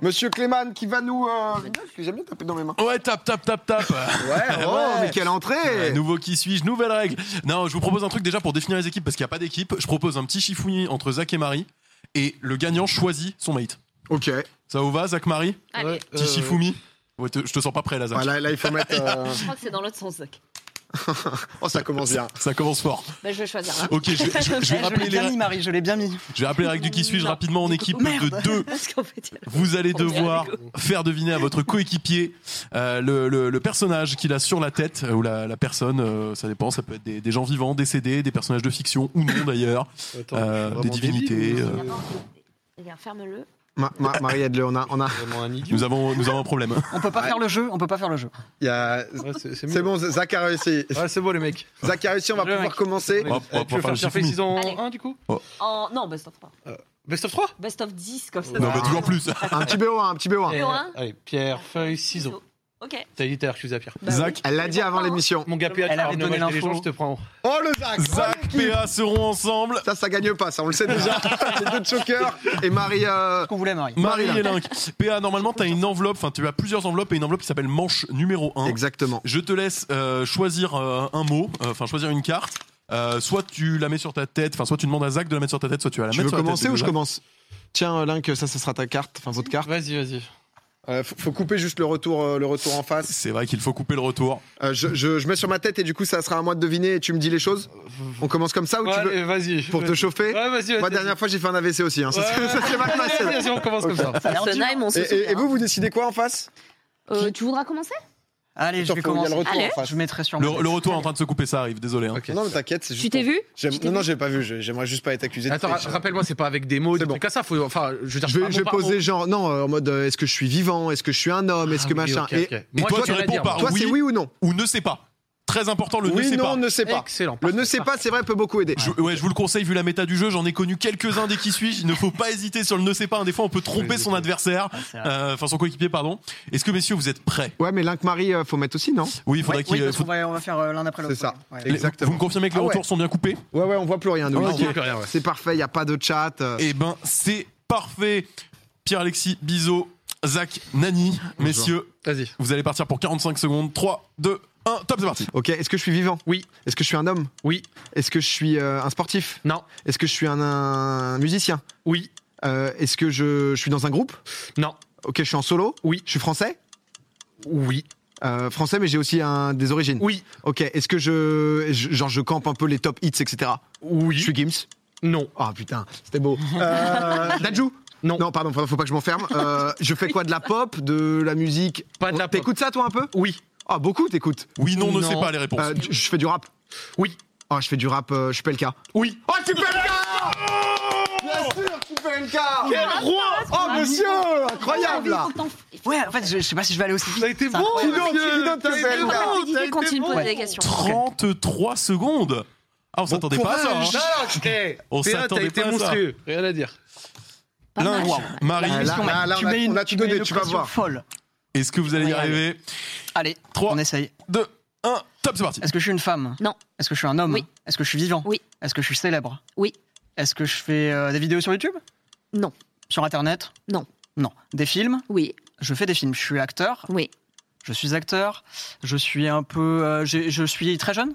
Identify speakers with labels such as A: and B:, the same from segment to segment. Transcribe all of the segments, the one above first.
A: Monsieur Clément qui va nous. euh, J'aime bien taper dans mes mains.
B: Ouais, tape, tape, tape, tape.
A: Ouais, Bah, oh, mais quelle
B: Euh,
A: entrée
B: Nouveau qui suis-je, nouvelle règle. Non, je vous propose un truc déjà pour définir les équipes parce qu'il n'y a pas d'équipe. Je propose un petit chifouni entre Zach et Marie et le gagnant choisit son mate.
A: Ok,
B: Ça vous va, Zach Marie
C: Allez,
B: Petit chifoumi Ouais, te- je te sens pas prêt là, Zach.
A: Ah, là, là, il faut mettre. euh,
C: je crois que c'est dans l'autre sens, Zach.
A: Oh, ça commence bien.
B: Ça commence fort.
C: Ben, je vais choisir là.
B: Ok, je, je- je
C: Je
B: vais
C: l'ai
D: Je l'ai
B: rappeler les,
D: bien mis, Marie, je l'ai bien mis.
B: je vais rappeler les règles du qui suis-je
C: Non.
B: rapidement en équipe de
D: Merde.
B: deux.
C: Parce qu'en fait, il y a le-
B: Vous allez
C: On dirait
B: devoir faire deviner à votre coéquipier euh, le, le- le personnage qu'il a sur la tête, euh, ou la, la personne, euh, ça dépend, ça peut être des, des gens vivants, décédés, des personnages de fiction ou non d'ailleurs,
E: Attends,
B: Euh,
E: je suis
B: des
E: vraiment
B: divinités,
E: débile,
B: euh,
E: ou-
C: il y a- il y a- Eh ferme-le.
A: Ma- ma- Marie, aide-le, on a. On a...
E: Vraiment un idiot.
B: nous avons, nous avons un problème.
D: On peut pas faire le jeu, on peut pas faire le jeu.
A: il y a-
E: Ouais, c'est c'est
A: C'est
E: mieux.
A: bon, Zach a réussi.
E: Ouais, c'est bon, les mecs.
A: Zach a réussi, on va
E: Bien,
A: pouvoir
E: mec.
A: commencer.
B: Hop,
E: Eh,
B: hop,
E: tu
B: hop,
E: veux faire
B: j'ai
E: Surface
B: fini.
E: Season
C: Allez.
E: 1 du coup
C: En... Non, best of 3.
E: Best of 3
C: Best of 10, comme ça.
E: Ouais.
B: Non,
C: ça
B: mais
C: va.
B: toujours plus.
A: Un petit BO1, un petit BO1.
C: Et-
E: Eh,
C: un.
E: Allez, pierre, feuille, ciseaux.
C: Ok.
E: T'as dit tout à l'heure, je suis à pierre.
C: Bah
B: Zach.
C: oui.
A: Elle l'a dit avant l'émission.
E: Mon gars, PA,
D: Elle
E: tu
D: avait
E: parles de
D: donné
E: des gens,
D: l'info.
E: je te prends.
A: Oh, le Zach
B: Zach, PA seront ensemble.
A: Ça, ça gagne pas, ça, on le sait déjà. C'est deux chokers. Et Marie. euh,
D: Ce qu'on voulait, Marie.
B: Marie
A: Marie
B: et Link. PA, normalement, tu as une enveloppe, enfin, tu as plusieurs enveloppes et une enveloppe qui s'appelle manche numéro
A: Hein
B: 1.
A: Exactement.
B: Je te laisse euh, choisir euh, un mot, euh, enfin, choisir une carte. Euh, soit tu la mets sur ta tête, enfin, soit tu demandes à Zach de la mettre sur ta tête, soit tu vas la
A: Tu
B: mettre
A: veux
B: sur la tête
A: commencer
B: de
A: ou je
B: Zach.
A: commence Tiens, euh, Link, ça, ça sera ta carte, enfin votre carte.
E: Vas-y, vas-y.
A: faut, Euh, faut couper juste le retour, euh, le retour en face.
B: C'est vrai qu'il faut couper le retour.
A: Euh, je, je- je mets sur ma tête et du coup, ça sera à moi de deviner et tu me dis les choses. On commence comme ça ou
E: Ouais,
A: tu veux
E: allez, Vas-y.
A: Pour te
E: Vas-y.
A: chauffer
E: Ouais, vas-y, vas-y.
A: Moi, dernière fois, j'ai fait un AVC aussi. hein, Ça s'est
E: Ouais.
A: ça s'est mal passé. là.
E: Vas-y, on commence comme ça.
D: Ça a l'air dur.
C: Sonheim, on se
A: Et, et-
C: souvient.
A: et vous, vous décidez quoi en face
C: Euh, Tu voudras commencer
D: Allez, je
A: Attends,
D: vais
A: faut- il y a le
D: commencer.
A: retour
C: Allez.
A: en face.
D: Je mettrai sur
B: Le, le retour est en train de se couper, ça arrive, désolé. hein.
E: Ok.
A: Non, mais t'inquiète, c'est juste.
C: Tu t'es
A: pour-
C: vu
A: J'aime-
C: Tu t'es
A: Non,
C: vu
A: non, j'ai pas vu. je- J'aimerais juste pas être accusé de.
F: Attends, ra-
A: triche.
F: rappelle-moi, c'est pas avec des mots,
A: C'est
F: des
A: bon.
F: trucs à ça. Faut, enfin, je veux dire,
A: je vais,
F: pas-
A: je vais
F: pas-
A: poser
F: on-
A: genre non euh, en mode euh, est-ce que je suis vivant, est-ce que je suis un homme, est-ce
F: Ah
A: que
F: oui,
A: machin.
F: ok, Bah,
A: Et
F: ok.
B: et
F: Moi,
B: toi,
F: j'ai
B: tu
F: rien à
B: réponds
F: dire,
B: par
F: moi.
A: toi, c'est oui ou non
B: Ou ne sais pas. Très important, le ne
A: Oui,
B: sais
A: non,
B: pas.
A: ne sais pas.
F: Excellent.
A: Le ne sais pas, c'est vrai, peut beaucoup aider.
B: Je- ouais, je vous le conseille, vu la méta du jeu, j'en ai connu quelques-uns des qui suis-je. Il ne faut pas hésiter sur le ne sais pas. hein. Des fois, on peut tromper son adversaire, euh, enfin son coéquipier, pardon. Est-ce que, messieurs, vous êtes prêts
A: Ouais, mais Link Marie, euh, faut mettre aussi, non
B: Oui, il faudrait
D: Oui,
B: qu'il.
D: parce
B: faut-
D: qu'on va, on va faire euh, l'un après l'autre.
A: C'est ça.
D: Ouais.
B: les-
A: Exactement.
B: Vous me confirmez que les
A: Ah ouais.
B: retours sont bien coupés
A: Ouais, ouais, on voit plus rien. nous.
B: Ok.
A: Non,
F: Ok, rien, ouais.
A: C'est parfait, il y a pas de chat. euh.
B: Eh ben, c'est parfait. Pierre-Alexis, Bizot, Zach, Nani, messieurs,
E: Vas-y.
B: vous allez partir pour 45 secondes. 3, 2, 1, top, c'est parti.
A: Ok, est-ce que je suis vivant
E: Oui.
A: Est-ce que je suis un homme
E: Oui.
A: Est-ce que je suis euh, un sportif
E: Non.
A: Est-ce que je suis un, un musicien
E: Oui.
A: Euh, Est-ce que je, je suis dans un groupe
E: Non.
A: Ok, je suis en solo
E: Oui.
A: Je suis français
E: Oui.
A: Euh, Français, mais j'ai aussi un, des origines.
E: Oui.
A: Ok, est-ce que je, je- Genre, je campe un peu les top hits, etc.
E: Oui.
A: Je suis Gims
E: Non.
A: Oh putain, c'était beau. Euh, Dadju
E: Non.
A: Non, pardon, faut faut pas que je m'enferme. Euh, je fais quoi De la pop De la musique
E: Pas de la pop.
A: T'écoutes ça, toi, un peu
E: Oui.
A: Ah, beaucoup, t'écoutes.
B: Oui, non, ne
E: Non.
B: sais pas les réponses.
A: Euh, tu- je fais du rap
E: Oui.
A: Oh, je fais du rap, euh, je suis PLK.
E: Oui.
A: Oh, tu fais LK Bien sûr, tu fais LK
E: Quel roi
A: Oh, monsieur Incroyable là
D: Ouais, en fait, je, je sais pas si je vais aller aussi vite.
E: Ça a été
D: C'est
E: bon,
A: Qui
D: incroyable.
A: d'autre Qui d'autre tu fais
C: On
A: LK
C: n'a pas d'idée quand il me pose
D: Ouais.
C: des questions.
B: 33 secondes Ah, on s'attendait pas à ça. hein.
E: Non, ok.
B: On
E: Théa,
B: s'attendait
E: T'as été
B: pas à ça.
E: monstrueux. Rien à dire.
C: Pas mal.
B: Lynx, Marie,
D: Ah,
A: Là, là, là, là,
D: Tu
A: on a-
D: mets une-
A: on a tout
D: tu mets
A: donné,
D: une
A: tu vas
D: pression
A: voir.
D: Folle.
B: est-ce que vous allez y
D: Ouais, allez.
B: arriver
D: Allez,
B: 3,
D: on essaye.
B: 2, 1, top, c'est parti.
D: Est-ce que je suis une femme
C: Non.
D: Est-ce que je suis un homme
C: Oui.
D: Est-ce que je suis vivant
C: Oui.
D: Est-ce que je suis célèbre
C: Oui.
D: Est-ce que je fais euh, des vidéos sur YouTube
C: Non.
D: Sur Internet
C: Non.
D: Non. Des films
C: Oui,
D: Je fais des films. Je suis acteur.
C: oui,
D: Je suis acteur. Je suis un peu. euh, j'ai- je suis très jeune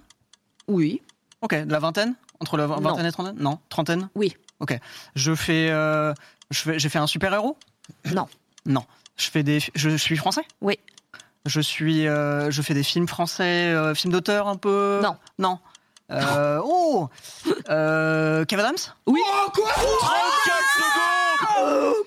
C: oui,
D: Ok, de la vingtaine Entre la vi-
C: Non.
D: vingtaine et trentaine Non, trentaine
C: Oui.
D: Ok. Je fais. euh, je fais- J'ai fait un super-héros
C: Non.
D: Non. Je, fais des, je suis français
C: Oui.
D: Je, suis, euh, je fais des films français, euh, films d'auteur un peu
C: Non.
D: Non. Euh, oh Euh, Kevin Adams
C: oui.
B: 34 secondes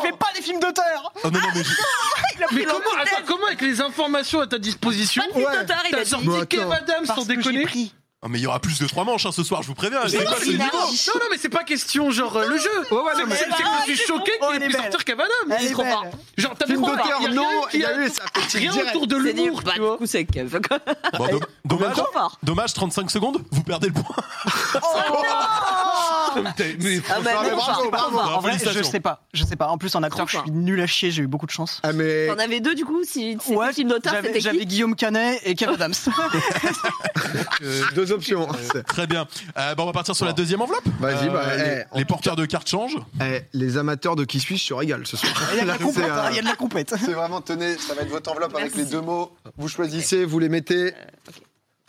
D: Je fais pas des films d'auteur
B: Oh non, non, mais je-
E: Mais comment, attends, comment avec les informations à ta disposition
C: Pas de
A: Ouais.
C: filtre il
E: T'as
C: a
E: sorti
C: dit.
A: Bon, attends.
E: Kev Adams sans
D: Parce que j'ai
E: déconner
D: pris.
B: Ah, mais il y aura plus de 3 manches hein, ce soir, je vous préviens. C'est quoi ce
C: il a-
B: niveau
E: Non, non, mais c'est pas question, genre, euh, le jeu.
A: Ouais, ouais, non,
E: C'est
A: mais-
E: c'est que je suis choqué
D: Oh,
E: qu'il ait
D: elle est
E: pu
D: belle.
E: sortir Kev Adams.
D: Elle est
C: trop
D: belle.
C: fort.
E: Genre, t'as
A: Film
E: pas-
A: d'auteur,
E: y a rien
A: non,
E: qui
A: il y a eu ça fait tilt
E: Rien
A: direct.
E: autour de
C: C'est
E: l'humour,
C: dur. Bah,
E: tu
C: du
E: vois.
C: coup, c'est Kev. Bah,
B: Bon, do- dommage,
C: Trop fort.
B: dommage, 35 secondes, vous perdez le point.
D: Oh,
C: on va. Ah bah,
A: Ah, mais
C: Ah, non,
A: bravo,
C: on va, on
A: bravo.
C: va.
D: En vrai, je
B: félicitations.
D: sais pas, je sais pas. En plus, en acteur, je
C: Enfin.
D: suis nul à chier, j'ai eu beaucoup de chance.
A: Ah, mais.
C: T'en avais deux du coup, si c'était
D: Ouais,
C: film d'auteur,
D: j'avais-
C: c'était
D: J'avais
C: qui
D: Guillaume Canet et Kev Adams.
A: Euh, deux options.
B: Très bien. Euh, bah, on va partir sur la deuxième enveloppe.
A: Vas-y, bah,
B: Euh,
A: eh,
B: les-
A: en
B: les
A: tout
B: porteurs de cartes changent.
A: Eh, les amateurs de qui suis-je se régalent ce soir.
D: Il y a
A: Là,
D: de la
A: c'est,
D: compète, hein,
A: euh,
D: il y a de la compète.
A: C'est vraiment, tenez, ça va être votre enveloppe avec les
C: Merci.
A: deux mots. Vous choisissez, vous les
D: Euh,
A: mettez.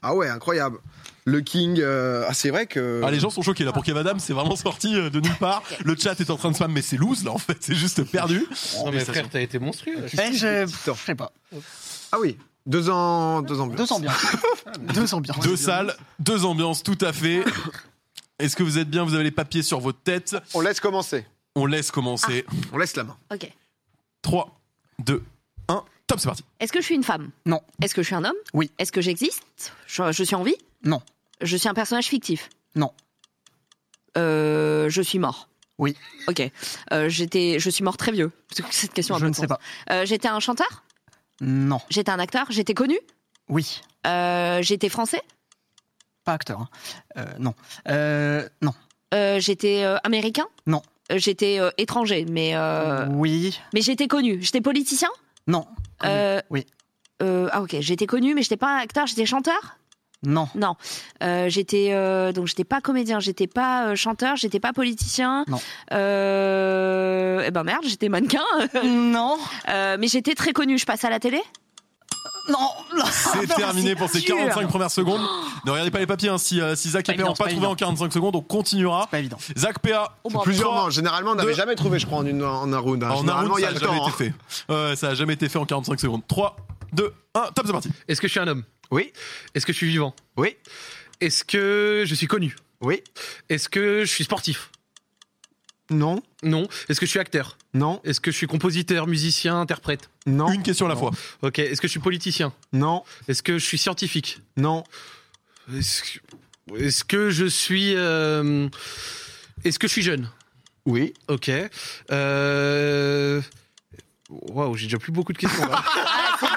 A: Ah ouais, incroyable. Le King, euh, ah, c'est vrai que.
B: Ah, les gens sont choqués là pour Kev Adams, c'est vraiment sorti euh, de nulle part. Le chat est en train de spam, mais c'est loose là en fait, c'est juste perdu.
F: Non, mais frère,
B: Félicitations.
F: t'as été monstrueux.
D: Eh, je je sais pas.
A: Ah oui, deux ans. Deux ans.
D: Deux ambiances. Deux ambiances.
B: Deux salles, deux ambiances, tout à fait. Est-ce que vous êtes bien Vous avez les papiers sur votre tête.
A: On laisse commencer.
B: On laisse commencer.
D: Ah.
A: On laisse la main.
C: Ok.
B: 3, 2, 1. Top, c'est parti.
C: Est-ce que je suis une femme
D: Non.
C: Est-ce que je suis un homme
D: Oui.
C: Est-ce que j'existe je, je suis en vie
D: Non.
C: Je suis un personnage fictif
D: Non.
C: Euh, je suis mort.
D: Oui.
C: Ok. Euh, j'étais, je suis mort très vieux. Parce que Cette question a
D: Je
C: peu
D: ne
C: de
D: sais
C: sens.
D: pas.
C: Euh, j'étais un chanteur
D: Non.
C: J'étais un acteur J'étais connu
D: Oui.
C: Euh, J'étais français
D: Pas acteur. hein. Euh, non. Euh, non.
C: Euh, J'étais euh, américain
D: Non. Mmh.
C: Euh, j'étais euh, étranger, mais euh,
D: Oui.
C: mais j'étais connu. J'étais politicien.
D: Non. Connu.
C: Euh,
D: Oui.
C: euh, ah ok. J'étais connu, mais j'étais pas acteur. J'étais chanteur.
D: Non.
C: Euh, j'étais euh, donc j'étais pas comédien, j'étais pas euh, chanteur, j'étais pas politicien.
D: Non.
C: Euh, eh ben merde, j'étais mannequin,
D: Non.
C: Euh, mais j'étais très connue. Je passe à la télé.
D: Non. Non.
A: Ah,
B: C'est
D: Non,
B: terminé pour ces
C: dur.
B: 45 premières secondes. Ne regardez pas les papiers, hein, si, euh, si Zach
A: Bah,
B: et Péa
D: Pas
B: n'ont
D: évident,
B: pas
D: pas
B: trouvé en 45 secondes, on continuera.
D: c'est Pas évident.
B: Zach PA,
C: Oh, bah,
A: Plusieurs
B: Trois,
A: manches. Généralement, on n'avait
B: deux.
A: jamais trouvé, je crois, en, une, en un round. hein.
B: en un
A: Généralement,
B: round,
A: il y
B: ça
A: a
B: n'a
A: le
B: jamais
A: temps.
B: été
A: hein.
B: fait. Ouais, ça n'a jamais été fait en 45 secondes. 3, 2, 1. Top, c'est parti.
F: Est-ce que je suis un homme
A: Oui.
F: Est-ce que je suis vivant
A: Oui.
F: Est-ce que je suis connu
A: Oui.
F: Est-ce que je suis sportif
A: Non.
F: Non. Est-ce que je suis acteur
A: Non.
F: Est-ce que je suis compositeur, musicien, interprète
A: Non.
B: Une question à la fois.
F: Ok. Est-ce que je suis politicien
A: Non.
F: Est-ce que je suis scientifique
A: Non.
F: Est-ce que, est-ce que je suis. euh, Est-ce que je suis jeune
A: Oui.
F: Ok. Euh. Waouh, j'ai déjà plus beaucoup de questions là.
C: Ah,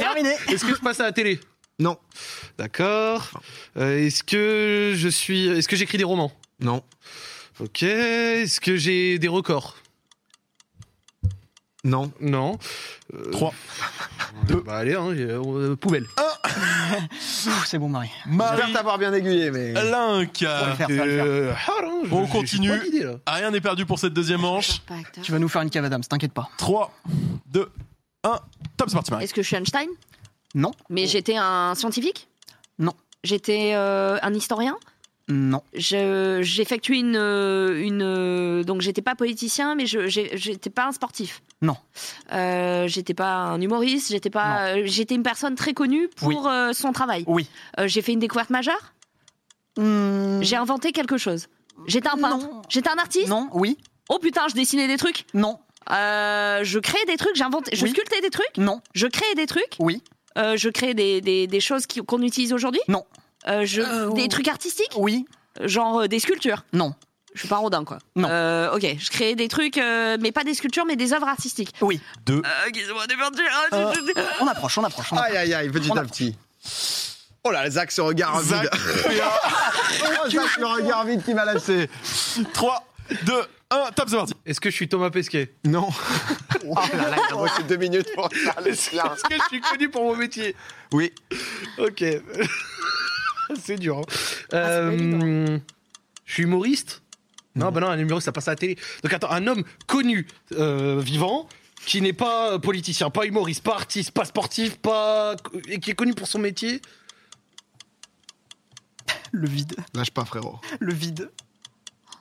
D: Terminé.
F: Est-ce que je passe à la télé
A: Non.
F: D'accord. Euh, Est-ce que je suis. Est-ce que j'écris des romans
A: Non.
F: Ok. Est-ce que j'ai des records
A: Non.
F: Non.
A: Euh,
B: 3,
F: Bah allez, hein, j'ai- euh, poubelle.
D: Pff, C'est bon, Marie.
A: J'espère
B: Marie
A: t'avoir bien aiguillé, mais.
B: Link.
D: Faut le faire, faut le faire.
F: Euh, ah, non, je-
B: On
F: j'ai- j'ai
B: continue.
F: pas d'idée, là.
B: Ah, rien n'est perdu pour cette deuxième manche.
C: Ah, Pas acteur.
D: Tu vas nous faire une cave Adams, t'inquiète pas.
B: 3, 2, 1. Top, c'est parti, Marie.
C: Est-ce que je suis Einstein
D: Non.
C: Mais j'étais un scientifique
D: Non.
C: J'étais euh, un historien.
D: Non.
C: Je- J'effectuais une euh, une euh, donc j'étais pas politicien, mais je j'ai- j'étais pas un sportif.
D: Non.
C: Euh, j'étais pas un humoriste. J'étais pas. euh, J'étais une personne très connue pour
D: Oui.
C: euh, son travail.
D: Oui.
C: Euh, J'ai fait une découverte majeure.
D: Hmm,
C: J'ai inventé quelque chose. J'étais un peintre.
D: Non.
C: J'étais un artiste.
D: Non. Oui.
C: Oh putain, je dessinais des trucs.
D: Non.
C: Euh, je créais des trucs. J'inventais. Je
D: Oui.
C: sculptais des trucs.
D: Non.
C: Je créais des trucs.
D: Oui.
C: Euh, je créais des, des, des choses qui- qu'on utilise aujourd'hui.
D: Non.
C: Euh, je,
D: Euh,
C: des
D: ou-
C: trucs artistiques.
D: Oui.
C: Genre euh, des sculptures.
D: Non.
C: Je suis pas rodin quoi.
D: Non.
C: Euh, ok, je créais des trucs, euh, mais pas des sculptures, mais des œuvres artistiques.
B: 2,
C: Euh, excusez-moi, des peintures. Ah, je- je-
D: On approche, on approche. On approche.
A: Aïe, aïe, aïe, petit
D: On a-
A: à petit. Oh là, Zach se regarde
B: Zach
A: vide. oh, Zach le regard vide qui m'a lâché.
B: 3, 2, 1. Top, c'est parti.
F: Est-ce que je suis Thomas Pesquet
A: Non. Oh là là, il a bossé deux minutes pour faire le silence.
F: Est-ce que je suis connu pour mon métier
A: Oui.
F: Ok. c'est dur. hein.
C: Ah, c'est pas évident.
F: Euh, je suis humoriste Non, bah non, un humoriste, ça passe à la télé. Donc attends, un homme connu, euh, vivant, qui n'est pas euh, politicien, pas humoriste, pas artiste, pas sportif, pas. et qui est connu pour son métier.
C: Ah.
D: Le vide.
A: Lâche pas, frérot.
D: Le vide.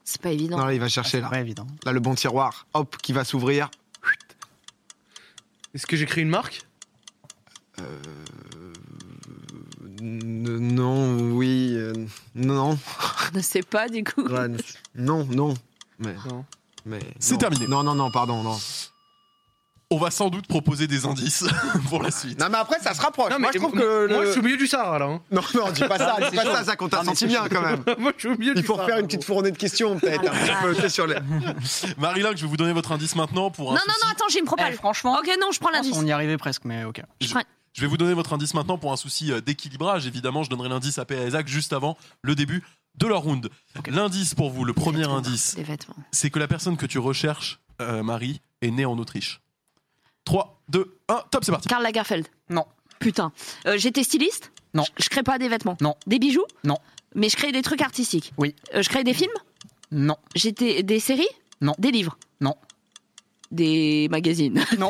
C: C'est pas évident.
A: Non, là, il va chercher, là.
D: Ah, pas évident.
A: Là, le bon tiroir, hop, qui va s'ouvrir.
F: Est-ce que j'ai créé une marque
A: Euh, N- non, oui, euh, non,
C: Je ne sais pas du coup.
A: Ouais, non, non. Mais,
F: Non.
A: mais
B: C'est
A: non.
B: terminé.
A: Non, non, non, pardon, non.
B: On va sans doute proposer des indices pour la suite.
A: Non, mais après, ça se rapproche.
F: Non, mais
A: moi, Ah, je trouve
F: moi-
A: que.
F: moi,
A: le-
F: je suis au milieu du Sahara là. hein.
A: Non, non, dis pas ça, dis pas ça, Zach, on t'a
D: Non, mais
A: senti
D: c'est
A: bien
D: chaud.
A: quand même. ah.
F: moi, je suis au milieu
A: Il
F: du
A: faut
F: Sahara,
A: refaire une
F: gros.
A: petite fournée de questions, peut-être. un petit peu, tu sais, sur les-
B: Marie-Lin, je vais vous donner votre indice maintenant pour un
C: Non, non,
B: souci-
C: non, attends, j'ai une
D: Eh,
C: propale.
D: franchement,
C: ok, non, je prends
D: je pense
C: l'indice.
D: on y arrivait presque, mais ok.
C: Je prends-
B: Je vais vous donner votre indice maintenant pour un souci euh, d'équilibrage. Évidemment, je donnerai l'indice à PA et Zach juste avant le début. de leur round. L'indice pour vous, le premier
C: vêtements,
B: indice,
C: Des vêtements.
B: c'est que la personne que tu recherches, euh, Marie, est née en Autriche. 3, 2, 1, top, c'est parti.
C: Karl Lagerfeld.
D: Non.
C: Putain. Euh, J'étais styliste
D: Non.
C: Je, je crée pas des vêtements.
D: Non.
C: Des bijoux
D: Non.
C: Mais je crée des trucs artistiques.
D: Oui.
C: Euh, je crée des films
D: Non.
C: J'étais des séries
D: Non.
C: Des livres
D: Non.
C: Des magazines.
D: Non.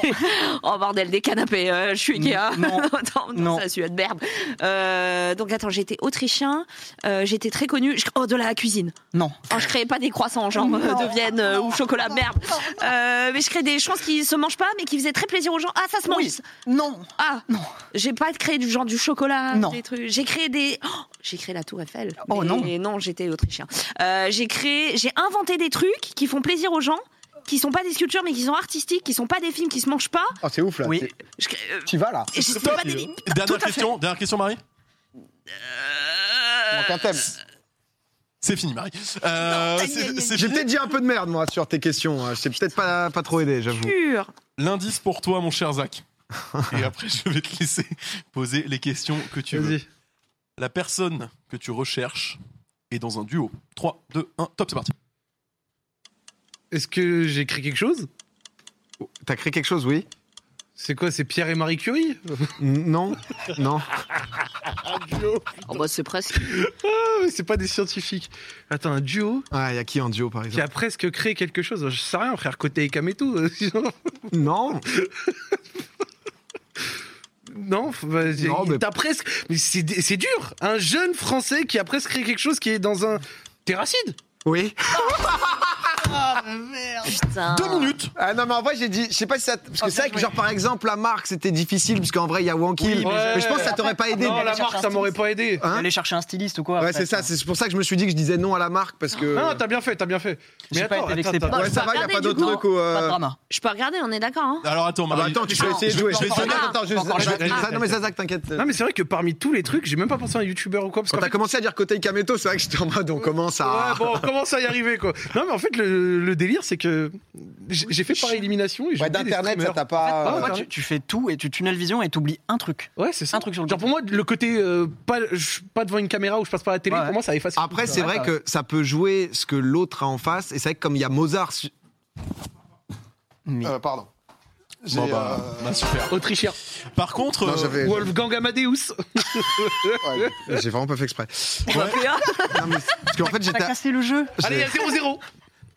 C: Oh bordel, des canapés. euh, je suis Ikea.
D: Non.
C: non, non,
D: Non.
C: ça suit de merde. Euh, donc attends, j'étais autrichien. euh, j'étais très connu. Oh, de la cuisine.
D: Non.
C: Oh, je créais pas des croissants genre euh, de Vienne euh, ou chocolat merde. Euh, mais je créais des choses qui se mangent pas, mais qui faisaient très plaisir aux gens. Ah, ça se mange.
D: Oui. Non.
C: Ah
D: Non.
C: J'ai pas créé du genre du chocolat,
D: Non.
C: des trucs. J'ai créé des. Oh, j'ai créé la Tour Eiffel.
D: Oh,
C: Mais
D: non.
C: Non, j'étais autrichien. Euh, j'ai créé, j'ai inventé des trucs qui font plaisir aux gens, qui sont pas des sculptures mais qui sont artistiques, qui sont pas des films, qui se mangent pas.
A: Oh, c'est ouf là.
D: Oui.
A: C'est-
C: Je crée- euh,
A: Tu y vas là.
C: je sais
B: Top. Euh,
C: pas des-
B: Dernière question, dernière question, Marie.
A: Il manque un thème.
B: C'est fini, Marie. Euh,
C: Non, aïe,
B: c'est-
C: aïe, aïe.
B: c'est
A: J'ai
B: fini.
A: peut-être dit un peu de merde moi sur tes questions. hein. Je t'ai peut-être pas, pas trop aidé, j'avoue.
C: Pur.
B: L'indice pour toi, mon cher Zach. Et après, je vais te laisser poser les questions que tu veux.
F: Vas-y.
B: La personne que tu recherches est dans un duo. 3, 2, 1, top, c'est parti.
F: Est-ce que j'ai écrit quelque chose
A: T'as créé quelque chose, oui
F: C'est quoi C'est Pierre et Marie Curie
A: N- Non, non.
C: Oh, bah, c'est presque.
F: Ah, mais c'est pas des scientifiques. Attends, un duo
A: Ah, il y a qui en duo par
F: qui
A: exemple
F: a presque créé quelque chose. Je sais rien, frère, côté Ekam et tout. euh,
A: Non,
F: non, bah, vas-y.
A: Non, mais-
F: t'as presque. Mais c'est c'est dur. Un jeune français qui a presque créé quelque chose qui est dans un. Terracide
A: oui.
C: Putain.
B: Deux minutes
A: Ah non, mais en vrai, j'ai dit, je sais pas si ça. Parce que c'est vrai que, genre, par exemple, la marque, c'était difficile, parce qu'en vrai, il y a Wankill.
F: Oui,
A: mais,
F: mais je-
A: je pense que ça t'aurait pas aidé.
F: Non, Oh, la
D: chercher
F: marque,
D: un
F: ça m'aurait pas aidé.
A: Hein
D: Aller chercher un styliste ou quoi
A: Ouais,
D: après,
A: c'est ça,
D: enfin.
A: c'est pour ça que je me suis dit que je disais non à la marque, parce que.
F: Non, t'as bien fait, t'as bien fait.
D: J'ai pas été vexé par-
A: Ouais,
C: je
A: ça
C: peux
A: va, il n'y a
C: regarder,
A: pas
C: du
A: d'autres
C: coup.
A: trucs. au, euh,
D: Pas de drama.
C: Je peux regarder, on est d'accord. hein
B: Alors attends,
A: Ah
B: Marie.
A: bah attends, tu
B: je-
A: peux essayer de jouer.
B: je vais essayer-
A: Attends, attends, je-
D: Encore
A: je-
D: jouer.
A: ça- Non, mais ça, Zach, t'inquiète.
F: Non, mais c'est vrai que parmi tous les trucs, j'ai même pas pensé à un youtubeur ou quoi. Parce
A: Quand
F: qu'en
A: t'as
F: fait-
A: commencé à dire côté Kameto, c'est vrai que j'étais en mode, on commence à.
F: Ouais, bon, on commence à y arriver quoi. Non, mais en fait, le, le délire, c'est que j'ai j'ai fait par élimination et j'ai
A: Ouais,
F: oublié les
A: d'internet, ça
F: streamers.
A: t'a
D: En fait,
A: pas. euh,
D: pour moi,
F: ouais.
D: tu, tu fais tout et tu tunnel vision et t'oublies un truc.
F: Ouais, c'est ça.
D: Un truc sur le
F: Genre pour moi, le côté euh, pas, je- pas devant une caméra où je passe par la télé,
D: Ouais.
F: pour moi, ça efface.
A: Après, c'est vrai
D: ouais.
A: que ça peut jouer ce que l'autre a en face, et c'est vrai que comme il y a Mozart. su-
D: Mais-
A: Euh, pardon. J'ai,
B: Bon, bah,
A: euh,
B: bah, super.
F: Autrichien.
B: Par contre,
A: Non,
B: euh,
A: j'avais-
F: Wolfgang Amadeus.
A: ouais, j'ai vraiment pas fait exprès.
C: On va plus, hein
A: Non, mais c'est- parce qu'en fait,
D: T'as
A: j'étais.
D: cassé le jeu
F: Allez, il y a 0-0.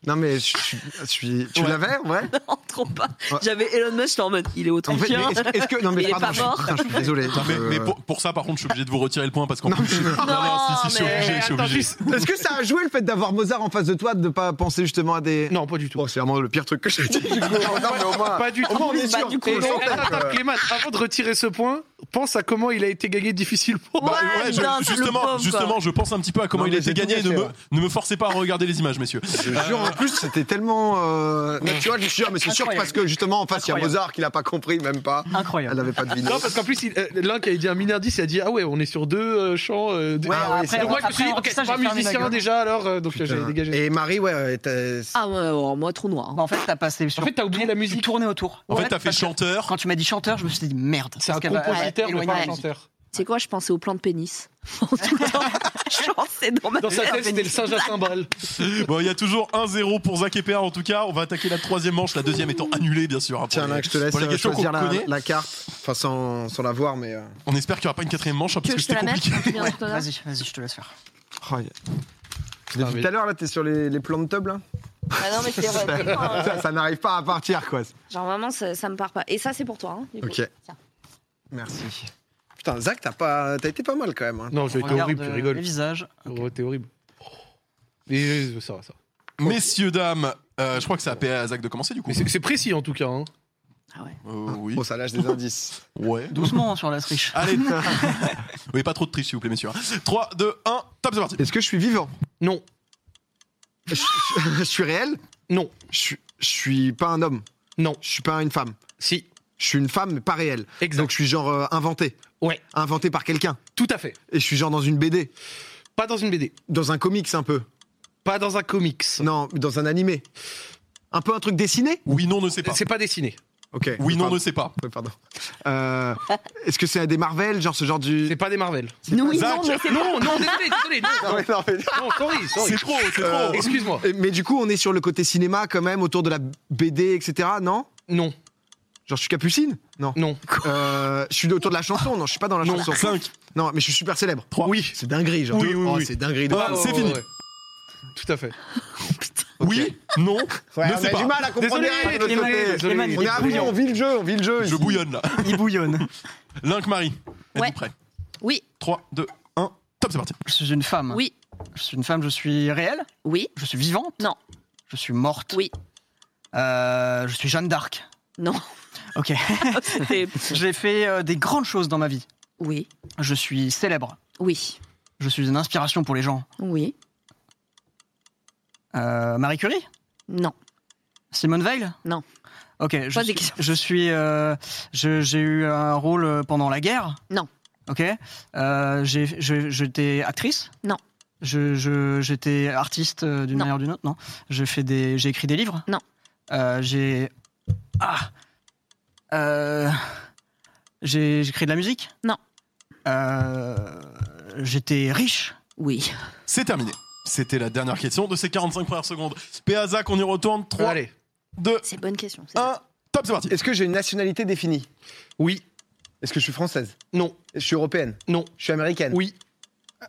A: Non, mais je suis. je suis- Tu
B: Ouais.
A: l'avais, ouais
C: Non, trop pas.
A: Ouais.
C: J'avais Elon Musk, j'étais en mode, il est
A: En fait, mais
C: autrichien.
A: est-ce que- est-ce que. Non,
C: Il
A: mais
C: est
A: pardon,
C: pas
A: je
C: mort.
A: suis- putain, je suis désolé.
B: non, mais,
A: Euh,
B: mais pour, pour ça, par contre, je suis obligé de vous retirer le point parce qu'en plus. Non, non, si, si, je suis
C: mais-
B: obligé, je suis
F: Attends,
B: obligé.
F: juste-
A: Euh, Est-ce que ça a joué le fait d'avoir Mozart en face de toi, de pas penser justement à des.
F: Non, pas du tout.
A: Bon, c'est vraiment le pire truc que j'ai dit. du coup. euh, Non, mais au moins.
F: Pas du
A: Au
F: tout.
A: moins, on est
C: Bah,
A: sûr.
C: du coup,
A: Et
F: Et
A: on
F: donc,
A: s'entend,
F: attends,
A: quoi.
F: Clément, avant de retirer ce point, pense à comment il a été gagné difficilement.
B: Bah,
C: Ouais,
B: ouais, je-
C: putain, c'est le
B: justement,
C: pauvre, quoi.
B: justement, je pense un petit peu à comment
A: Non,
B: il
A: mais
B: a été
A: j'ai tout
B: gagné. Ne
A: gâché,
B: me,
A: ouais.
B: ne me forcez pas à regarder les images, messieurs.
A: Je te jure, en plus, c'était tellement. euh, mais tu vois, je me suis dit, ah, mais c'est sûr que parce
D: Incroyable.
A: que justement, en face, il y a
D: Incroyable.
A: Mozart qui l'a pas compris, même pas. Elle
D: Incroyable.
A: avait pas deviné.
F: Non, parce qu'en plus, il- euh, l'un qui a dit un mini indice, il a dit Ah ouais, on est sur deux euh, champs. euh, deux-
A: Ouais,
D: Alors
A: oui,
D: après,
A: c'est
F: donc moi, je me
D: après,
F: suis dit
D: après,
F: Ok,
D: ça,
F: c'est pas
D: j'ai fermé ma
F: musicien
D: gueule.
F: déjà, alors, euh, donc j'avais
A: Putain.
F: dégagé.
A: Et Marie, ouais, euh, t'as-
C: Ah ouais, ouais, moi trop noir. hein.
D: Bah, en fait, t'as passé sur.
F: En fait, t'as oublié la musique.
D: Tourner autour.
B: En fait, t'as fait
D: parce que
B: chanteur.
D: Quand tu m'as dit chanteur, je me suis dit merde.
F: C'est un
D: parce qu'elle va-
F: compositeur,
D: elle va
F: mais pas un
D: éloigner la
F: chanteur.
C: C'est quoi Je pensais au plan de pénis. En tout temps, je pensais dans ma
F: Dans sa
C: tête.
F: tête, c'était le singe à cymbales.
B: Bon, il y a toujours 1-0 pour Zach et Pierre, en tout cas. On va attaquer la troisième manche, la deuxième étant annulée, bien sûr. hein, pour
A: Tiens,
B: les-
A: là, je te laisse
B: pour les
A: euh,
B: questions qu'on
A: choisir la,
B: connaît.
A: la carte. Enfin, sans, sans la voir, mais. euh,
B: On espère qu'il n'y aura pas une quatrième manche, hein, parce
C: Que
B: que
C: je te
B: c'était
C: la mette
B: compliqué.
C: tu viens
D: musique.
C: d'entendre
D: Vas-y, vas-y, je te laisse faire.
A: oh, y a- Depuis
F: mais-
A: tout à l'heure, là, t'es sur les, les plans de table, là
C: Ah non, mais c'est vrai.
A: Ça, ça n'arrive pas à partir, quoi.
C: Genre vraiment, ça, ça me part pas. Et ça, c'est pour toi. hein, du coup.
A: Ok.
C: Tiens.
A: Merci. Putain, Zach, t'as pas... t'as été pas mal quand même. hein.
F: Non, j'ai été
D: Regarde,
F: horrible, tu
D: euh,
F: rigoles.
D: Les visages.
F: Oh, t'es horrible. Mais euh, ça va, ça va.
B: Messieurs, dames, euh, je crois que ça a payé à Zach de commencer, du coup.
F: Mais c'est c'est précis en tout cas. hein.
B: Euh, oui.
A: Bon, ça lâche des indices.
B: Ouais.
D: Doucement hein, sur la triche.
F: Ah.
B: Allez. oui, pas trop de triche, s'il vous plaît, messieurs. hein. 3, 2, 1, top, c'est parti.
A: Est-ce que je suis vivant
F: Non,
A: je, je- je suis réel
F: non,
A: je, suis- je suis pas un homme.
F: non,
A: Je suis pas une femme.
F: si,
A: Je suis une femme, mais pas réelle.
F: exact.
A: Donc je suis genre euh, inventé.
F: Ouais,
A: Inventé par quelqu'un.
F: tout à fait.
A: Et je suis genre dans une BD.
F: Pas dans une BD,
A: Dans un comics un peu.
F: pas dans un comics.
A: Non, dans un animé. Un peu un truc dessiné
B: Oui, non, ne sais pas.
F: C'est pas dessiné.
A: Ok.
B: Oui, non,
A: pardon.
B: ne sait pas.
A: Oui, pardon. Euh, Est-ce que c'est des Marvel, genre ce genre du.
F: C'est pas des Marvel.
C: Nous, oui,
B: Zach.
C: non, mais c'est
F: Non, non, désolé, désolé. Non,
A: Non, mais non, mais-
F: non, sorry, sorry.
B: C'est trop, c'est
A: Euh,
B: trop.
F: Excuse-moi.
A: Et- Mais du coup, on est sur le côté cinéma quand même, autour de la BD, etc. Non
F: Non,
A: Genre, je suis capucine Non.
F: non.
A: Euh, je suis autour de la chanson Non, je suis pas dans la
F: Non.
A: chanson.
B: 5.
A: Non, mais je suis super célèbre.
B: Trois.
A: Oui. C'est dinguerie, genre.
B: Oui, oui,
A: Oh,
B: oui.
A: C'est dinguerie. de
B: Ah,
A: fou.
B: c'est fini.
F: Tout à fait.
B: Oui, non, ne
A: on a
B: sais pas.
A: du mal à comprendre
F: Désolé,
A: les règles de notre
D: Clément,
A: côté.
D: Clément, il
A: On est
D: est
A: à
D: bouillant.
A: on vit le jeu, on vit le jeu.
B: Je
A: ici.
B: bouillonne là.
D: Il bouillonne.
B: Link Marie, êtes-vous
C: Ouais.
B: prêt
C: Oui,
B: 3, 2, 1, top, c'est parti.
D: Je suis une femme.
C: oui,
D: Je suis une femme, je suis réelle.
C: oui,
D: Je suis vivante.
C: Non.
D: Je suis morte.
C: Oui.
D: Euh, je suis Jeanne d'Arc.
C: non.
D: Ok.
C: C'est-
D: J'ai fait euh, des grandes choses dans ma vie.
C: Oui,
D: Je suis célèbre.
C: oui,
D: Je suis une inspiration pour les gens.
C: oui,
D: Euh, Marie Curie
C: non.
D: Simone Veil
C: Non.
D: Ok, je
C: Pose des
D: suis,
C: questions.
D: je suis, euh, je- j'ai eu un rôle euh, pendant la guerre.
C: Non.
D: Ok. Euh, j'ai- je- J'étais actrice.
C: Non.
D: Je je- j'étais artiste euh, d'une
C: Non.
D: manière ou d'une autre. Non. Je fais des, j'ai écrit des livres.
C: Non.
D: Euh, j'ai ah. Euh, j'ai j'écris de la musique.
C: Non.
D: Euh, j'étais riche.
C: Oui.
B: C'est terminé. C'était la dernière question de ces 45 premières secondes. Péazac, on y retourne. 3,
F: Allez.
B: 2,
C: C'est bonne question. c'est-
B: 1, top, c'est parti.
A: Est-ce que j'ai une nationalité définie
F: Oui,
A: Est-ce que je suis française
F: non,
A: Je suis européenne
F: non,
A: Je suis américaine
F: oui,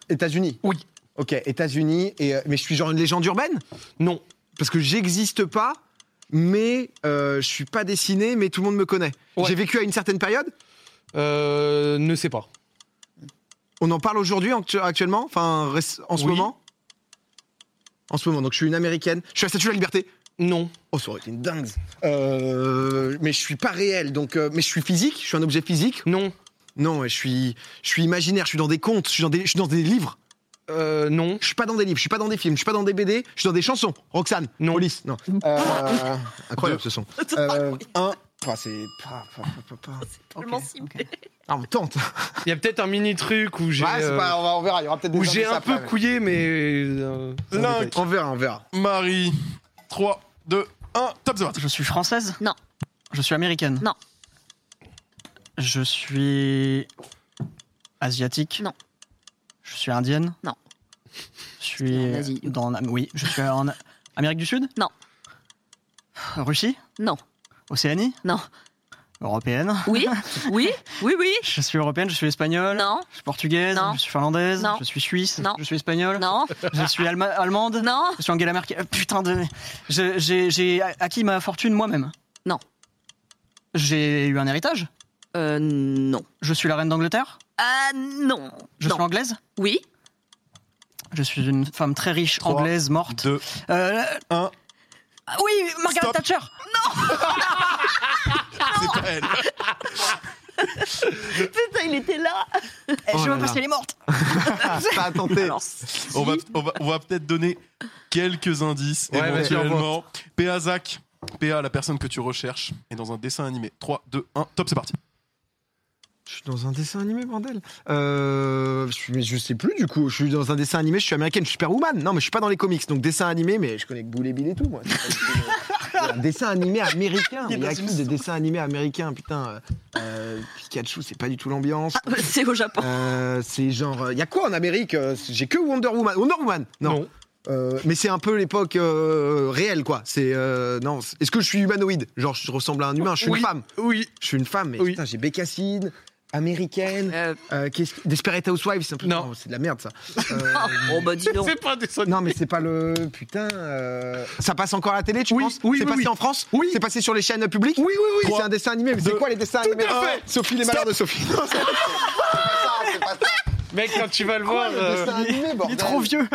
A: États-Unis
F: Oui.
A: Ok, États-Unis. Et, euh, mais je suis genre une légende urbaine
F: non,
A: Parce que j'existe pas, mais euh, je suis pas dessiné, mais tout le monde me connaît.
F: Ouais.
A: J'ai vécu à une certaine période
F: euh, ne sais pas.
A: On en parle aujourd'hui actu- actuellement Enfin, res- en ce
F: Oui.
A: moment En ce moment, donc je suis une américaine. Je suis à Statue de la Liberté.
F: Non,
A: Oh, ça aurait été une dingue. Euh, mais je suis pas réel, donc. euh, mais je suis physique, je suis un objet physique.
F: non,
A: Non, je suis, je suis imaginaire, je suis dans des contes, je suis dans des, je suis dans des livres.
F: euh, non,
A: Je suis pas dans des livres, je suis pas dans des films, je suis pas dans des BD, je suis dans des chansons. Roxane,
F: Non.
A: Police, non. Euh, incroyable ce son. Euh, un. Enfin, c'est. pas- pas- pas- pas- pas.
C: Tellement
D: Ok,
C: ciblé.
A: Ah, on tente.
F: il y a peut-être un mini truc où j'ai
A: Ouais, c'est
F: euh,
A: pas- ah, on, va- on verra, il y aura peut-être des
F: où j'ai
A: indices
F: un peu
A: après,
F: couillé, mais euh, c'est un
B: Link.
F: détail.
A: mais- On verra, on verra.
B: Marie, 3, 2, 1, top, c'est parti.
D: Je suis française
C: Non.
D: Je suis américaine
C: Non.
D: Je suis asiatique
C: Non.
D: Je suis indienne
C: Non.
D: Je suis
C: C'était en Asie.
D: dans la- oui, je suis en Amérique du Sud
C: Non.
D: Russie
C: Non.
D: Océanie
C: Non.
D: Européenne
C: Oui, oui, oui, oui.
D: Je suis européenne, je suis espagnole
C: Non,
D: Je suis portugaise
C: Non.
D: Je suis finlandaise
C: Non.
D: Je suis suisse
C: Non.
D: Je suis espagnole
C: non,
D: Je suis alma- allemande
C: non,
D: je suis Angela Merkel. Euh, Putain de. Je- J'ai j'ai acquis ma fortune moi-même.
C: Non.
D: J'ai eu un héritage.
C: euh, non.
D: Je suis la reine d'Angleterre.
C: Ah, non.
D: Je
C: non.
D: suis anglaise.
C: Oui,
D: Je suis une femme très riche,
B: Trois,
D: anglaise, morte.
B: 2,
D: Euh,
B: Un.
D: ah Oui, Margaret
B: Stop.
D: Thatcher.
C: Ah.
B: c'est pas elle.
C: putain, il était là.
D: Eh, je
A: Oh
D: sais
A: là
D: même pas
A: là.
D: si elle est morte.
A: Pas à tenter.
B: On va, on va, on va peut-être donner quelques indices
F: Ouais, vas-y,
B: éventuellement. PA Zach, PA, la personne que tu recherches, est dans un dessin animé. 3, 2, 1, top, c'est parti.
A: Je suis dans un dessin animé, bordel. Euh, je suis- mais je sais plus du coup. Je suis dans un dessin animé. Je suis américaine. Je suis Superwoman. Non, mais je suis pas dans les comics. Donc dessin animé, mais je connais que Boulet Bill et tout moi. C'est pas du tout, euh, un dessin animé américain. Mais Il y a qui des dessins animés américains Putain, euh, euh, Pikachu, c'est pas du tout l'ambiance.
C: C'est au Japon.
A: Euh, c'est genre, euh, il y a quoi en Amérique Euh, J'ai que Wonder Woman. Wonder Woman. Non.
F: Non.
A: Euh, mais c'est un peu l'époque euh, réelle, quoi. C'est euh, non. c'est- Est-ce que je suis humanoïde Genre, je ressemble à un humain. Je suis
F: Oui.
A: une femme.
F: Oui,
A: Je suis une femme, mais
F: Oui.
A: putain, j'ai Bécassine, américaine,
C: Euh,
A: euh, qu'est-ce que- Desperate Housewives, c'est un peu.
F: Non.
A: oh, c'est de la merde ça. Euh,
C: oh, bah dis donc.
F: c'est pas des
A: non, mais c'est pas le. Putain. euh, Ça passe encore à la télé, tu
F: Oui,
A: penses
F: oui,
A: C'est
F: oui,
A: passé
F: oui.
A: en France
F: Oui.
A: C'est passé sur les chaînes publiques Oui, oui, oui. C'est un dessin animé, mais c'est
B: Deux.
A: quoi les dessins animés
F: à fait.
A: Ah, Sophie, les malheurs de Sophie. Non, c'est pas ça, c'est pas ça.
F: Mec, quand tu vas le
A: Quoi,
F: voir,
A: le
F: euh,
A: dessin animé,
D: Il
A: bordel
D: est trop vieux.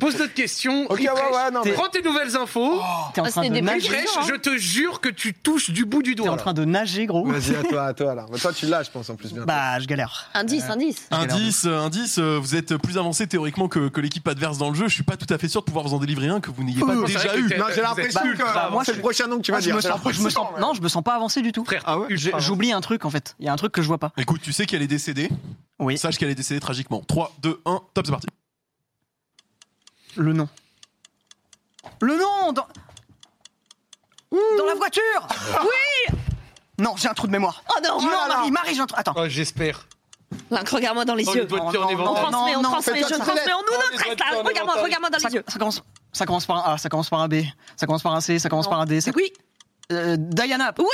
F: pose notre question.
A: Ok, ouais, ouais, non, mais.
F: Prends tes nouvelles infos.
D: T'es en
C: Ah,
D: train
C: c'était
D: de
C: des
D: nager.
C: vulgaires.
F: Refresh,
C: hein.
F: je te jure que tu touches du bout du
D: T'es en
F: doigt.
D: train de nager, gros.
A: Vas-y, à toi, à toi là. Bah, toi, tu l'as, je pense, en plus. Bien.
D: Bah, je galère.
C: Indice, indice.
D: J'ai l'air
B: Indice, euh, indice, euh, vous êtes plus avancé théoriquement que, que l'équipe adverse dans le jeu. Je suis pas tout à fait sûr de pouvoir vous en délivrer un que vous n'ayez pas
F: Ouh. C'est
B: déjà
F: vrai que
B: eu.
F: t'es-
A: non, j'ai
F: vous
A: l'impression
D: êtes
A: que
D: ultra
A: euh,
D: avancé.
A: c'est le prochain nom que tu vas
D: Ah, je
A: dire.
D: me sens, je me sens- non, je me sens pas avancé du tout.
F: Frère,
A: Ah ouais
D: Je- J'oublie un truc en fait. Il y a un truc que je vois pas.
B: Écoute, tu sais qu'elle est décédée.
D: Oui.
B: Sache qu'elle est décédée tragiquement. 3, 2, 1, top, c'est parti.
D: Le nom. Le nom. dans- Dans la voiture Oui Non, j'ai un trou de mémoire.
C: Oh non,
D: non, Marie, Marie, j'ai un trou. Attends.
F: Oh, j'espère.
C: Link, regarde-moi dans les
F: Oh,
C: yeux.
F: les doigts de pied en
C: On
F: éventail.
D: non,
C: transmet, on
D: non,
C: transmet,
A: faites
C: je
A: attention.
C: transmets, on nous
F: Oh,
C: notre
F: les doigts
C: reste
F: de
C: là.
F: pied en
C: Regarde-moi,
F: éventail.
C: regarde-moi dans
D: Ça,
C: les yeux.
D: ça commence, ça commence par un A, ça commence par un B, ça commence par un C, ça commence par un D. Ça...
C: Oui.
D: Euh, Diana
C: Oui.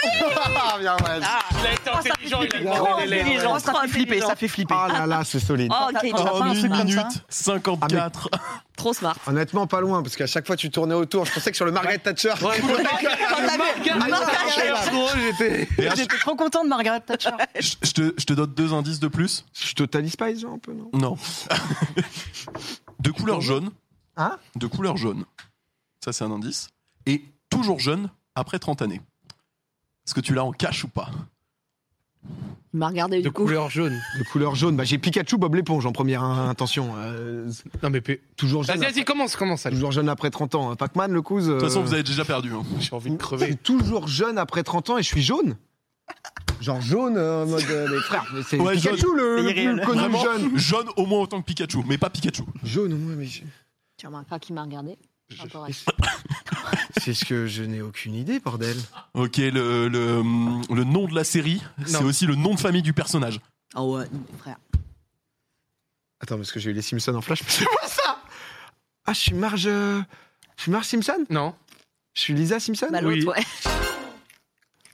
A: Bien, ouais.
F: Il a été
C: Oh, ça
F: intelligent,
C: fait
F: il a
C: flipper.
A: Oh,
F: gardé
C: Trop
F: les lèvres.
C: intelligent.
D: Oh, ça
C: trop
D: fait flipper,
C: intelligent.
D: ça fait flipper.
A: Ah là là, c'est solide.
C: Oh, ok,
D: Attends,
C: trop-
D: attends.
B: En
D: pas un
B: 1
D: truc comme
B: minute
D: ça
B: 54.
C: trop smart.
D: Oh.
A: Honnêtement, pas loin, parce qu'à chaque fois tu tournais autour, je pensais que sur le Margaret Thatcher.
F: Ouais,
C: Quand t'as vu-
A: Ah,
C: Margaret
A: Thatcher.
C: Thatcher.
D: J'étais trop content de Margaret Thatcher.
B: Je je te, je te donne deux indices de plus.
A: Je suis Totally Spice, genre, un peu, non
B: Non. de couleur jaune.
A: Hein
B: De couleur jaune. Ça, c'est un indice. Et toujours jeune après 30 années. Est-ce que tu l'as en cache ou pas
C: Il m'a regardé
F: De
C: du coup.
F: couleur jaune.
A: De couleur jaune. Bah, j'ai Pikachu, Bob l'éponge en première hein, intention. euh,
F: Non, mais. p-
A: toujours jeune.
F: Vas-y, vas-y, commence, commence, allez.
A: Toujours jeune après 30 ans. hein. Pac-Man, le cousin.
B: De toute façon, vous avez déjà perdu. hein.
F: J'ai envie de
A: Je
F: crever.
A: suis toujours jeune après 30 ans et je suis jaune. Genre jaune, euh, en mode. euh, mais frère, mais c'est
B: Ouais,
A: Pikachu le, le
D: Irréel.
A: plus connu
B: Vraiment,
A: jeune.
B: jaune au moins autant que Pikachu, mais pas Pikachu.
A: Jaune, au moins, mais je-
C: Tu remarqueras qui m'a regardé. Encore elle.
A: c'est ce que je n'ai aucune idée, bordel.
B: Ok, le, le, le nom de la série, c'est aussi le nom de famille du personnage.
C: Ah ouais, mais frère.
A: Attends, parce que j'ai eu les Simpsons en flash, mais c'est pas ça Ah, je suis Marge. euh, Je suis Marge Simpson
F: Non.
A: Je suis Lisa Simpson
C: Bah, l'autre, ouais.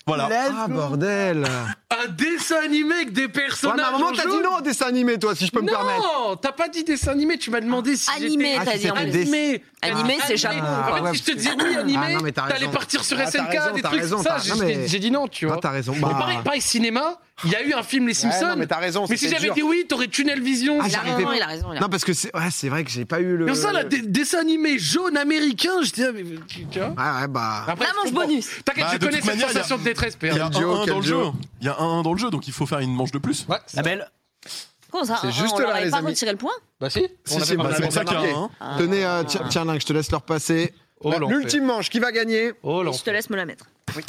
B: Voilà.
A: Ah, bordel
F: Un dessin animé avec des
A: Ouais,
F: personnages.
A: mais à un moment,
F: en
A: t'as
F: jaune.
A: dit non au dessin animé, toi, si je peux me permettre.
F: Non, t'as pas dit dessin animé, tu m'as demandé si
C: Animé,
A: Ah,
C: t'as
A: si
C: dit. en
A: c'était
C: plus.
A: des-
F: j'étais- Animé.
C: Animé, c'est Japon.
F: Animé.
A: Ah,
F: En fait,
A: ouais,
F: si je te
A: parce
F: disais oui, animé,
A: Ah, non, mais t'as
F: t'allais
A: raison.
F: partir sur
A: Ah, t'as
F: SNK,
A: raison,
F: des
A: t'as
F: trucs,
A: raison,
F: ça,
A: t'as-
F: j'ai
A: non, mais-
F: j'ai dit non, tu
A: Ah,
F: vois.
A: t'as raison.
F: Mais pareil, pareil, cinéma, il y a eu un film Les
A: Ouais, non,
F: Simpsons.
A: mais t'as raison.
F: mais si
A: c'était
F: j'avais
A: dur.
F: dit oui, t'aurais Tunnel Vision.
A: Ah,
C: Il a
A: j'arrivais
C: raison,
A: pas.
C: il a raison. il a
A: Non, parce que c'est ouais, c'est vrai que j'ai pas eu le.
F: Comme ça, là, des- dessin animé jaune américain, je disais, mais tu, tu vois.
A: Ouais, ouais, bah.
C: raison.
F: Après,
C: La
F: je
C: manche
F: comprends.
C: bonus.
F: T'inquiète,
B: Bah, de
F: je connais
B: toute
F: cette
B: manière, il y a-
F: sensation de détresse,
B: Il y a
F: père.
B: un
A: duo,
B: 1
A: quel Ah,
B: dans le jeu.
A: duo.
B: Il y a un 1 dans le jeu, donc il faut faire une manche de plus.
F: Ouais,
D: La belle.
C: Comment ça
A: C'est
C: on-
A: juste
C: hein. on
A: là,
C: leur avait
A: les
C: pas
A: amis.
C: retiré le point
F: Bah si,
A: Si, si, bah,
B: C'est pour ça hein. qu'il y a
A: marqué.
B: un 1.
C: Ah.
A: Tenez, euh, tiens, tiens, Link, je te laisse leur passer.
F: Oh,
A: La-
F: l'enfer.
A: L'ultime manche, qui va gagner
F: Oh là.
C: Je te laisse me la mettre.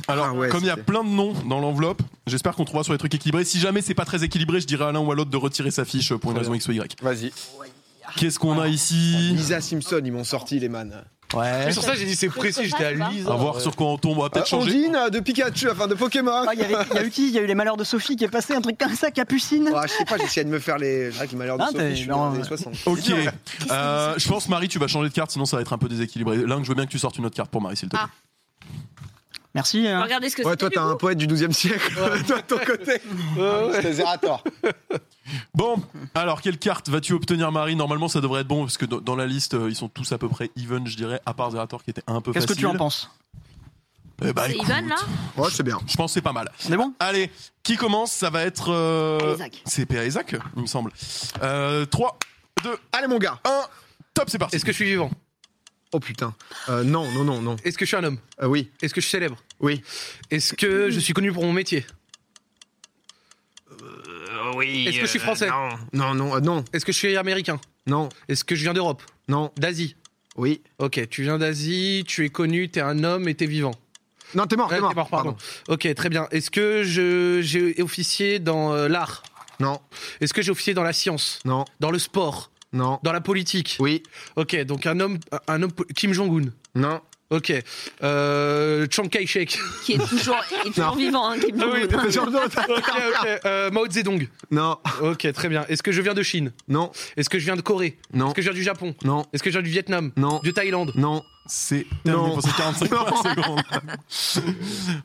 B: Alors,
A: Ah ouais,
B: comme il y a
A: c'était-
B: plein de noms dans l'enveloppe, j'espère qu'on trouvera sur les trucs équilibrés. Si jamais c'est pas très équilibré, je dirai à l'un ou à l'autre de retirer sa fiche pour une raison X ou Y.
A: Vas-y.
B: Qu'est-ce qu'on a
D: Ah,
B: ici
A: Lisa Simpson, ils m'ont sorti les man.
B: Ouais.
F: Sur ça, j'ai dit c'est précis, j'étais à
C: Ouais.
F: Lisa.
B: À voir sur quoi on tombe, on va peut-être
A: Euh,
B: changer.
A: Ondine euh, de Pikachu, enfin de Pokémon.
D: Ah, Il y, avait- il y a eu qui Il y a eu les malheurs de Sophie qui est passé, un truc comme ça, Capucine.
A: Ouais, je sais pas, j'essayais de me faire les. Je dirais que malheur de
D: Ah,
A: Sophie,
D: t'es-
A: je suis
D: non,
A: dans les
D: ouais.
A: 60.
B: Ok. Euh, je pense, Marie, tu vas changer de carte, sinon ça va être un peu déséquilibré. Link, je veux bien que tu sortes une autre carte pour Marie, s'il te
C: Ah.
B: plaît.
D: Merci. hein.
C: Regardez ce que
A: Ouais,
C: c'était,
A: toi,
C: du
A: t'as un
C: coup.
A: poète du 12 e siècle, toi, de ton côté. C'était Zerator.
B: Bon, alors quelle carte vas-tu obtenir, Marie Normalement, ça devrait être bon parce que dans- dans la liste, euh, ils sont tous à peu près even, je dirais, à part Zerator qui était un peu
D: Qu'est-ce
B: facile.
D: que tu en penses
B: Eh
A: Ah,
B: bah,
C: C'est
B: écoute,
C: Ivan là
A: Ouais, c'est bien.
B: Je pense que c'est pas mal.
D: C'est bon
B: Allez, qui commence Ça va être. euh,
C: Isaac.
B: C'est P.A. Isaac, il me semble. Euh, 3, 2,
A: Allez, mon gars.
B: 1, top, c'est parti.
F: Est-ce que je suis vivant
A: Oh putain. Euh, non, non, non, non.
F: Est-ce que je suis un homme
A: Euh, oui,
F: Est-ce que je suis célèbre
A: oui.
F: Est-ce que je suis connu pour mon métier oui. Est-ce que je suis français
A: Non, non, euh, non,
F: Est-ce que je suis américain
A: non,
F: Est-ce que je viens d'Europe
A: non,
F: D'Asie
A: oui.
F: Ok, tu viens d'Asie, tu es connu, t'es un homme et t'es vivant.
A: Non, t'es mort,
F: Ouais,
A: t'es mort.
F: t'es mort, pardon. Ok, très bien. Est-ce que je- j'ai officié dans euh, l'art
A: Non,
F: Est-ce que j'ai officié dans la science
A: non,
F: Dans le sport
A: non.
F: Dans la politique
A: Oui,
F: Ok, donc un homme, un homme po- Kim Jong-un.
A: non.
F: Ok. Euh, Chiang Kai-shek.
C: Qui est toujours, il est toujours
A: Non.
C: vivant, hein, qui me
F: oui,
C: demande.
A: Genre, non, t'as-
F: Ok, ok. Euh, Mao Zedong.
A: non,
F: Ok, très bien. Est-ce que je viens de Chine
A: non,
F: Est-ce que je viens de Corée
A: non,
F: Est-ce que je viens du Japon
A: non,
F: Est-ce que je viens du Vietnam
A: non,
F: Du Thaïlande
A: non.
B: C'est terminé
A: Non.
B: pour ces 45
A: Non.
B: secondes.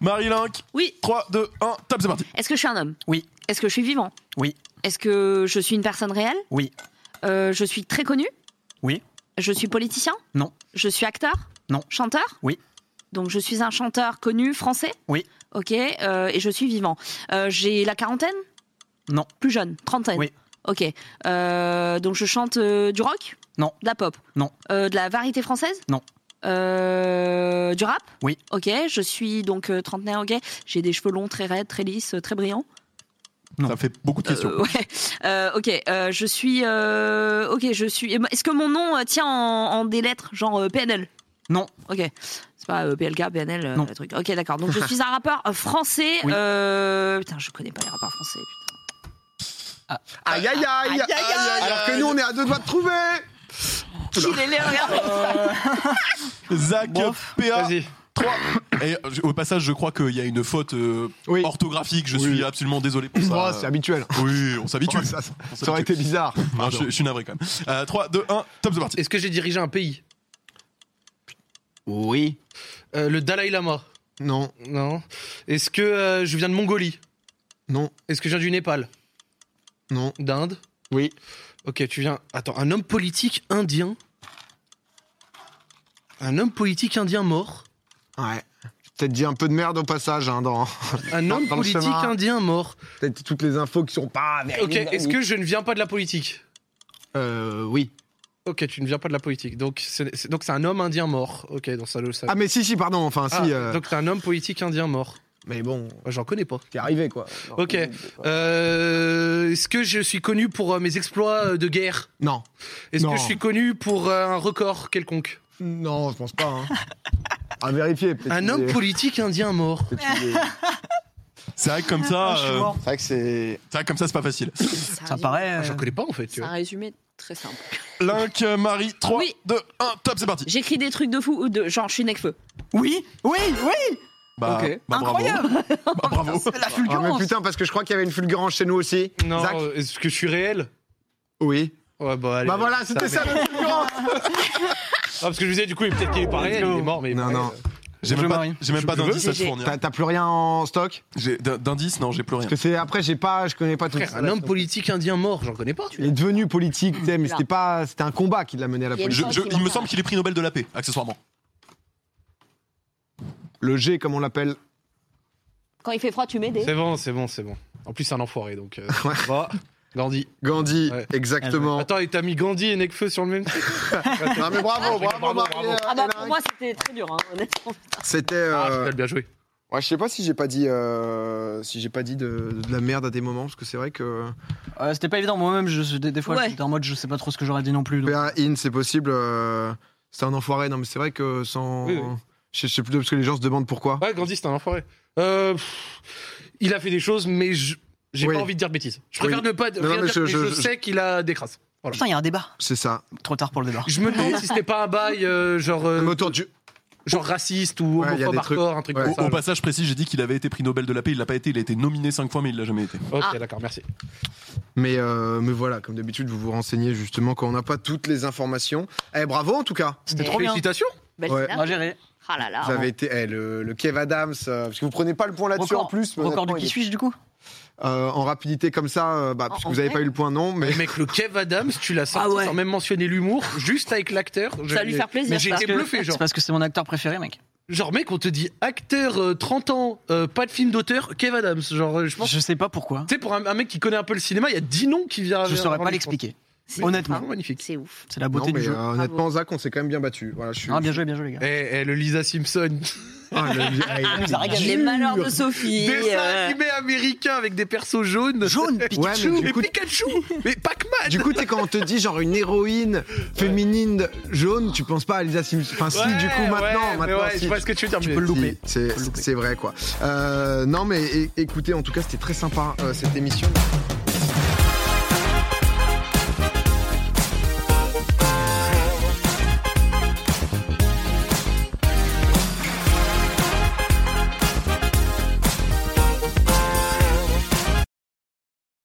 B: Marie Link,
C: Oui.
B: 3, 2, 1, top, c'est parti.
C: Est-ce que je suis un homme
D: Oui.
C: Est-ce que je suis vivant
D: Oui.
C: Est-ce que je suis une personne réelle
D: Oui.
C: Euh, je suis très connu
D: Oui.
C: Je suis politicien
D: Non.
C: Je suis acteur
D: Non.
C: Chanteur
D: Oui.
C: Donc je suis un chanteur connu français
D: Oui.
C: Ok, euh, et je suis vivant. Euh, J'ai la quarantaine
D: Non.
C: Plus jeune, trentaine
D: Oui.
C: Ok. Euh, donc je chante euh, du rock
D: Non.
C: De la pop
D: Non.
C: Euh, de la variété française
D: Non.
C: Euh, du rap
D: Oui.
C: Ok, je suis donc euh, trentenaire, ok. J'ai des cheveux longs, très raides, très lisses, euh, très brillants.
D: Non.
B: Ça fait beaucoup de questions.
C: Euh, ouais. Euh, ok, euh, je suis. euh, ok, je suis. Est-ce que mon nom euh, tient en, en des lettres, genre euh, PNL
D: Non.
C: Ok. C'est pas euh, PLK, PNL, euh,
D: Non.
C: le truc. Ok, d'accord. Donc je suis un rappeur euh, français.
D: Oui.
C: euh, Putain, je connais pas les rappeurs français. putain.
A: Aïe, aïe, aïe. Alors que nous, on est à deux doigts de trouver.
C: Qui les les regarde
B: Zach,
D: Bon,
B: PA,
F: Ah. Vas-y.
B: 3. Et je- au passage, je crois qu'il y a une faute euh,
A: Oui.
B: orthographique. Je
A: Oui.
B: suis absolument désolé pour ça.
A: Oh, c'est habituel.
B: Oui, on s'habitue.
A: Oh, ça, ça-
B: On
A: ça aurait
B: s'habitue.
A: été bizarre.
B: Ah, je, je suis navré quand même. Euh, 3, 2, 1, top, c'est parti.
F: Est-ce que j'ai dirigé un pays
A: Oui.
F: Euh, Le Dalai Lama
A: Non,
F: Non. Est-ce que euh, je viens de Mongolie
A: non,
F: Est-ce que je viens du Népal
A: non.
F: D'Inde
A: Oui.
F: Ok, tu viens. Attends, un homme politique indien Un homme politique indien mort
A: Ouais. Peut-être dit un peu de merde au passage, hein, dans.
F: Un homme
A: Dans le
F: politique
A: chemin.
F: indien mort
A: Peut-être toutes les infos qui sont pas.
F: Ok, est-ce que je ne viens pas de la politique
A: Euh, oui.
F: Ok, tu ne viens pas de la politique. Donc c'est c'est- donc c'est un homme indien mort. Ok, dans ça le ça.
A: Ah, mais si, si, pardon, enfin,
F: Ah,
A: si. euh,
F: Donc t'es un homme politique indien mort.
A: Mais bon,
F: Ouais, J'en connais pas.
A: c'est arrivé, quoi.
F: Ok. Euh, Est-ce que je suis connu pour euh, mes exploits euh, de guerre
A: Non.
F: Est-ce
A: Non.
F: que je suis connu pour euh, un record quelconque
A: Non, je pense pas, hein. À vérifier, peut-être.
F: Un
A: qu'il
F: homme
A: est-
F: politique indien mort.
A: peut-être qu'il est-
B: C'est vrai que
A: Ah,
B: comme ça,
D: Ah, je suis
B: euh,
D: mort.
A: C'est vrai que c'est.
B: c'est vrai que comme ça, c'est pas facile.
D: Ça paraît.
F: Ah,
D: euh,
F: J'en connais pas en fait. Tu
C: C'est un
F: vois.
C: résumé très simple.
B: Link, euh, Marie, 3,
C: Oui.
B: 2, 1, top, c'est parti.
C: J'écris des trucs de fou, ou de, genre je suis Necfeu.
D: Oui, oui, oui
B: Bah,
D: Ok.
B: bah, bravo.
D: Incroyable
B: Bah, bravo.
D: La
A: Ah, mais
D: fulgurance
A: putain, parce que je crois qu'il y avait une fulgurance chez nous aussi.
F: Non,
A: Zach
F: euh, est-ce que je suis réel
A: Oui.
F: Ouais, bah, allez,
A: Bah voilà, c'était ça la fulgurance
F: Ah, parce que je vous disais, du coup, il- peut-être qu'il est pas réel, il est mort, mais.
A: Non,
F: Ouais,
A: non.
F: euh,
B: J'ai
D: Je
B: même pas,
D: marie.
B: j'ai même pas
F: Je veux.
B: d'indice à te
C: GG.
B: fournir.
A: T'as t'as plus rien en stock
B: J'ai- d'in- D'indice, non, j'ai plus rien.
A: Parce que c'est après, j'ai pas. Je connais pas tout
F: Frère,
A: ça.
F: un homme politique indien mort, j'en connais pas.
A: Il est devenu politique, tu sais, mais c'était pas. C'était un combat qui l'a mené à la
C: Il y a
A: politique.
B: Je-
C: chance
B: je-
C: qu'il
B: il me
C: meurt.
B: semble qu'il est prix Nobel de la paix, accessoirement.
A: Le G, comme on l'appelle.
C: Quand il fait froid, tu mets des.
F: C'est bon, c'est bon, c'est bon. En plus, c'est un enfoiré, donc. euh, ça va. Gandhi.
A: Gandhi,
F: Ouais.
A: exactement.
F: Attends, et t'as mis Gandhi et Nekfeu sur le même truc
A: Ah, mais bravo, bravo, Marie,
F: bravo.
A: euh,
C: Ah bah pour
A: Alain.
C: moi c'était très dur, hein, honnêtement.
A: C'était.
F: Ah, je
A: euh,
F: rigole, bien joué.
A: ouais, je sais pas si j'ai pas dit, euh, si j'ai pas dit de, de la merde à des moments, parce que c'est vrai que.
D: Euh, C'était pas évident, moi-même, je- des, des fois,
C: Ouais.
D: j'étais en mode, je sais pas trop ce que j'aurais dit non plus. donc-
A: PA in, c'est possible. euh, c'est un enfoiré. Non, mais c'est vrai que sans.
F: Oui, oui.
A: Je je sais plus parce que les gens se demandent pourquoi.
F: Ouais, Gandhi, c'est un enfoiré. Euh, pff, il a fait des choses, mais je- j'ai
A: Oui.
F: pas envie de dire de bêtises. Je
A: Oui.
F: préfère ne pas
A: Non,
F: rien
A: mais
F: dire,
A: je-
F: mais
A: je-
F: je,
A: je-
F: sais qu'il a des crasses.
D: Putain, il y a un débat.
A: C'est ça.
D: Trop tard pour le débat.
F: Je me demande si c'était pas un bail euh, genre, euh,
A: Mais autour du.
F: genre raciste ou
A: Ouais, il y a
F: homophobe
A: des trucs.
F: hardcore, un truc
A: Ouais.
F: comme
B: Au,
F: ça.
B: au passage précis, j'ai dit qu'il avait été prix Nobel de la paix. Il l'a pas été. Il a été nominé 5 fois, mais il l'a jamais été.
F: Ok,
C: Ah.
F: d'accord, merci.
A: Mais, euh, mais voilà, comme d'habitude, vous vous renseignez justement quand on n'a pas toutes les informations. Eh, bravo en tout cas.
D: C'était
C: Mais-
D: trop bien.
F: Félicitations.
C: Belle
A: Ouais.
C: finale.
D: Moi, géré.
C: Bah, Ah là là.
A: Vous avez été. eh, le, le Kev Adams, euh, parce que vous prenez pas le point là-dessus
D: Record-
A: en plus. mais
D: Record du
A: honnêtement,
D: qui
A: il est-
D: suis-je, du coup
A: Euh, en rapidité comme ça, euh, bah,
C: En-
A: puisque
C: en
A: vous n'avez
C: vrai
A: pas eu le point, non, mais.
F: Mec, le Kev Adams, tu l'as sorti
D: Ah ouais.
F: sans même mentionner l'humour, juste avec l'acteur.
C: Ça va lui faire plaisir.
F: Mais j'ai
C: ça.
F: été bluffé,
D: C'est
F: genre.
D: parce que c'est mon acteur préféré, mec.
F: Genre, mec, on te dit acteur, euh, 30 ans, euh, pas de film d'auteur, Kev Adams. Genre, euh, je pense.
D: Je sais pas pourquoi.
F: Tu sais, pour un, un mec qui connaît un peu le cinéma, il y a 10 noms qui viennent.
D: Je saurais
F: avant
D: pas
F: lui,
D: l'expliquer.
C: C'est-
D: Honnêtement.
F: pense. Magnifique.
C: C'est ouf.
D: C'est la
A: Non,
D: beauté
A: mais
D: du jeu.
A: euh, honnêtement, Zach, on s'est quand même bien battu. Voilà, je suis.
D: Ah, bien joué, bien joué, les gars.
F: Et, Eh, le Lisa Simpson.
A: Ah, le- ah, il a été
D: nous a régalé.
A: dur.
C: Les malheurs de Sophie.
F: Dessin
C: euh,
F: animé américain avec des persos jaunes.
D: Jaune,
A: Ouais,
D: Pikachu
A: mais
F: Mais
A: du coup,
F: Pikachu Mais Pac-Man
A: Du coup, tu sais, quand on te dit genre une héroïne féminine jaune, tu penses pas à Lisa Simpson. Enfin, si,
F: Ouais,
A: du coup, maintenant,
F: ouais, mais
A: maintenant,
F: ouais,
A: si,
F: je vois ce que tu veux dire. mais-
A: Si, C'est c'est vrai, quoi. Euh, non, mais é- écoutez, en tout cas, c'était très sympa euh, cette émission.